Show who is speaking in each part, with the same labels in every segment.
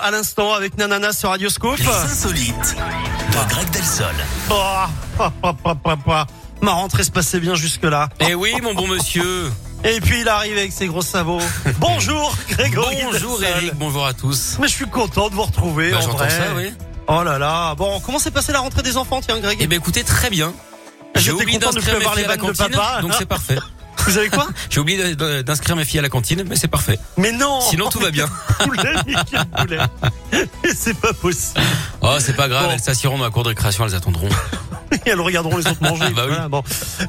Speaker 1: à l'instant avec Nanana sur Radioscope.
Speaker 2: Les insolites de Greg Delsol.
Speaker 1: Oh, pa, pa, pa, pa, pa. Ma rentrée se passait bien jusque-là.
Speaker 3: Eh oui, mon bon monsieur.
Speaker 1: Et puis il arrive avec ses gros sabots. Bonjour Grégory.
Speaker 3: Bonjour
Speaker 1: Delsol.
Speaker 3: Eric, bonjour à tous.
Speaker 1: Mais je suis content de vous retrouver
Speaker 3: Bah,
Speaker 1: en
Speaker 3: J'entends
Speaker 1: vrai.
Speaker 3: ça, oui.
Speaker 1: Oh là là. Bon, comment s'est passée la rentrée des enfants, tiens Greg
Speaker 3: Eh ben écoutez, très bien. J'ai
Speaker 1: J'étais
Speaker 3: oublié
Speaker 1: content de
Speaker 3: d'inscrire
Speaker 1: plus
Speaker 3: mes
Speaker 1: avoir
Speaker 3: filles
Speaker 1: les
Speaker 3: à la
Speaker 1: vannes de
Speaker 3: cantine,
Speaker 1: papa.
Speaker 3: donc c'est parfait.
Speaker 1: Vous avez quoi
Speaker 3: J'ai oublié de- d'inscrire mes filles à la cantine, mais c'est parfait.
Speaker 1: Mais non.
Speaker 3: Sinon tout va bien.
Speaker 1: Poulet, Michel Poulet. Mais c'est pas possible.
Speaker 3: Oh, c'est pas grave,
Speaker 1: Bon.
Speaker 3: elles s'assieront dans la cour de récréation, elles attendront.
Speaker 1: Et elles regarderont les autres manger.
Speaker 3: Bah oui.
Speaker 1: Voilà, bon.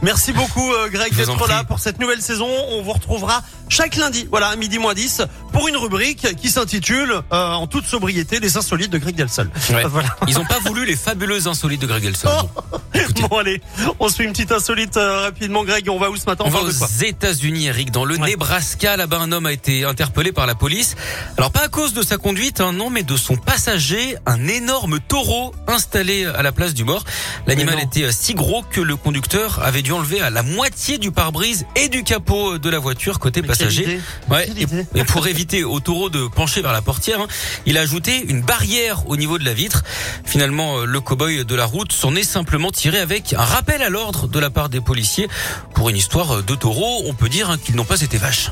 Speaker 1: Merci beaucoup euh, Greg
Speaker 3: Je vous en
Speaker 1: d'être là
Speaker 3: prie.
Speaker 1: pour cette nouvelle saison. On vous retrouvera chaque lundi, voilà, à midi moins 10, pour une rubrique qui s'intitule euh, En toute sobriété, les insolites de Greg Delsol.
Speaker 3: Ouais.
Speaker 1: Voilà. Oh.
Speaker 3: Ils ont pas voulu les fabuleuses insolites de Greg Elson. Bon, écoutez.
Speaker 1: Bon allez, on se fait une petite insolite euh, rapidement Greg, on va où ce matin
Speaker 3: On va
Speaker 1: parle
Speaker 3: aux
Speaker 1: de quoi
Speaker 3: États-Unis, Eric, dans le
Speaker 1: Ouais.
Speaker 3: Nebraska. Là-bas, un homme a été interpellé par la police. Alors pas à cause de sa conduite, hein, non, mais de son passager, un énorme taureau installé à la place du mort. L'animal
Speaker 1: Mais non.
Speaker 3: était euh, si gros que le conducteur avait dû enlever à la moitié du pare-brise et du capot de la voiture côté
Speaker 1: Mais quelle
Speaker 3: passager.
Speaker 1: idée.
Speaker 3: Ouais.
Speaker 1: Quelle
Speaker 3: Et,
Speaker 1: idée.
Speaker 3: et pour éviter au taureau de pencher vers la portière, hein, il a ajouté une barrière au niveau de la vitre. Finalement, euh, le cow-boy de la route s'en est simplement tiré avec un rappel à l'ordre de la part des policiers. Pour une histoire euh, de taureau, on peut dire hein, qu'ils n'ont pas été vaches.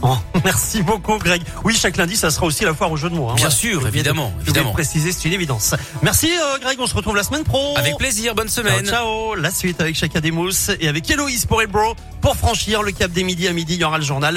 Speaker 1: Oh, merci beaucoup Greg. Oui, chaque lundi, ça sera aussi la foire au jeu de mots. hein,
Speaker 3: Bien
Speaker 1: voilà.
Speaker 3: sûr,
Speaker 1: Je voulais-
Speaker 3: évidemment,
Speaker 1: Je voulais
Speaker 3: évidemment.
Speaker 1: préciser, c'est une évidence. Merci euh, Greg, on se retrouve la semaine pro.
Speaker 3: Avec plaisir, bonne
Speaker 1: Ciao,
Speaker 3: semaine.
Speaker 1: ciao. La suite avec Chaka Demus et avec Héloïse pour Bro pour franchir le cap des midi à midi. Il y aura le journal.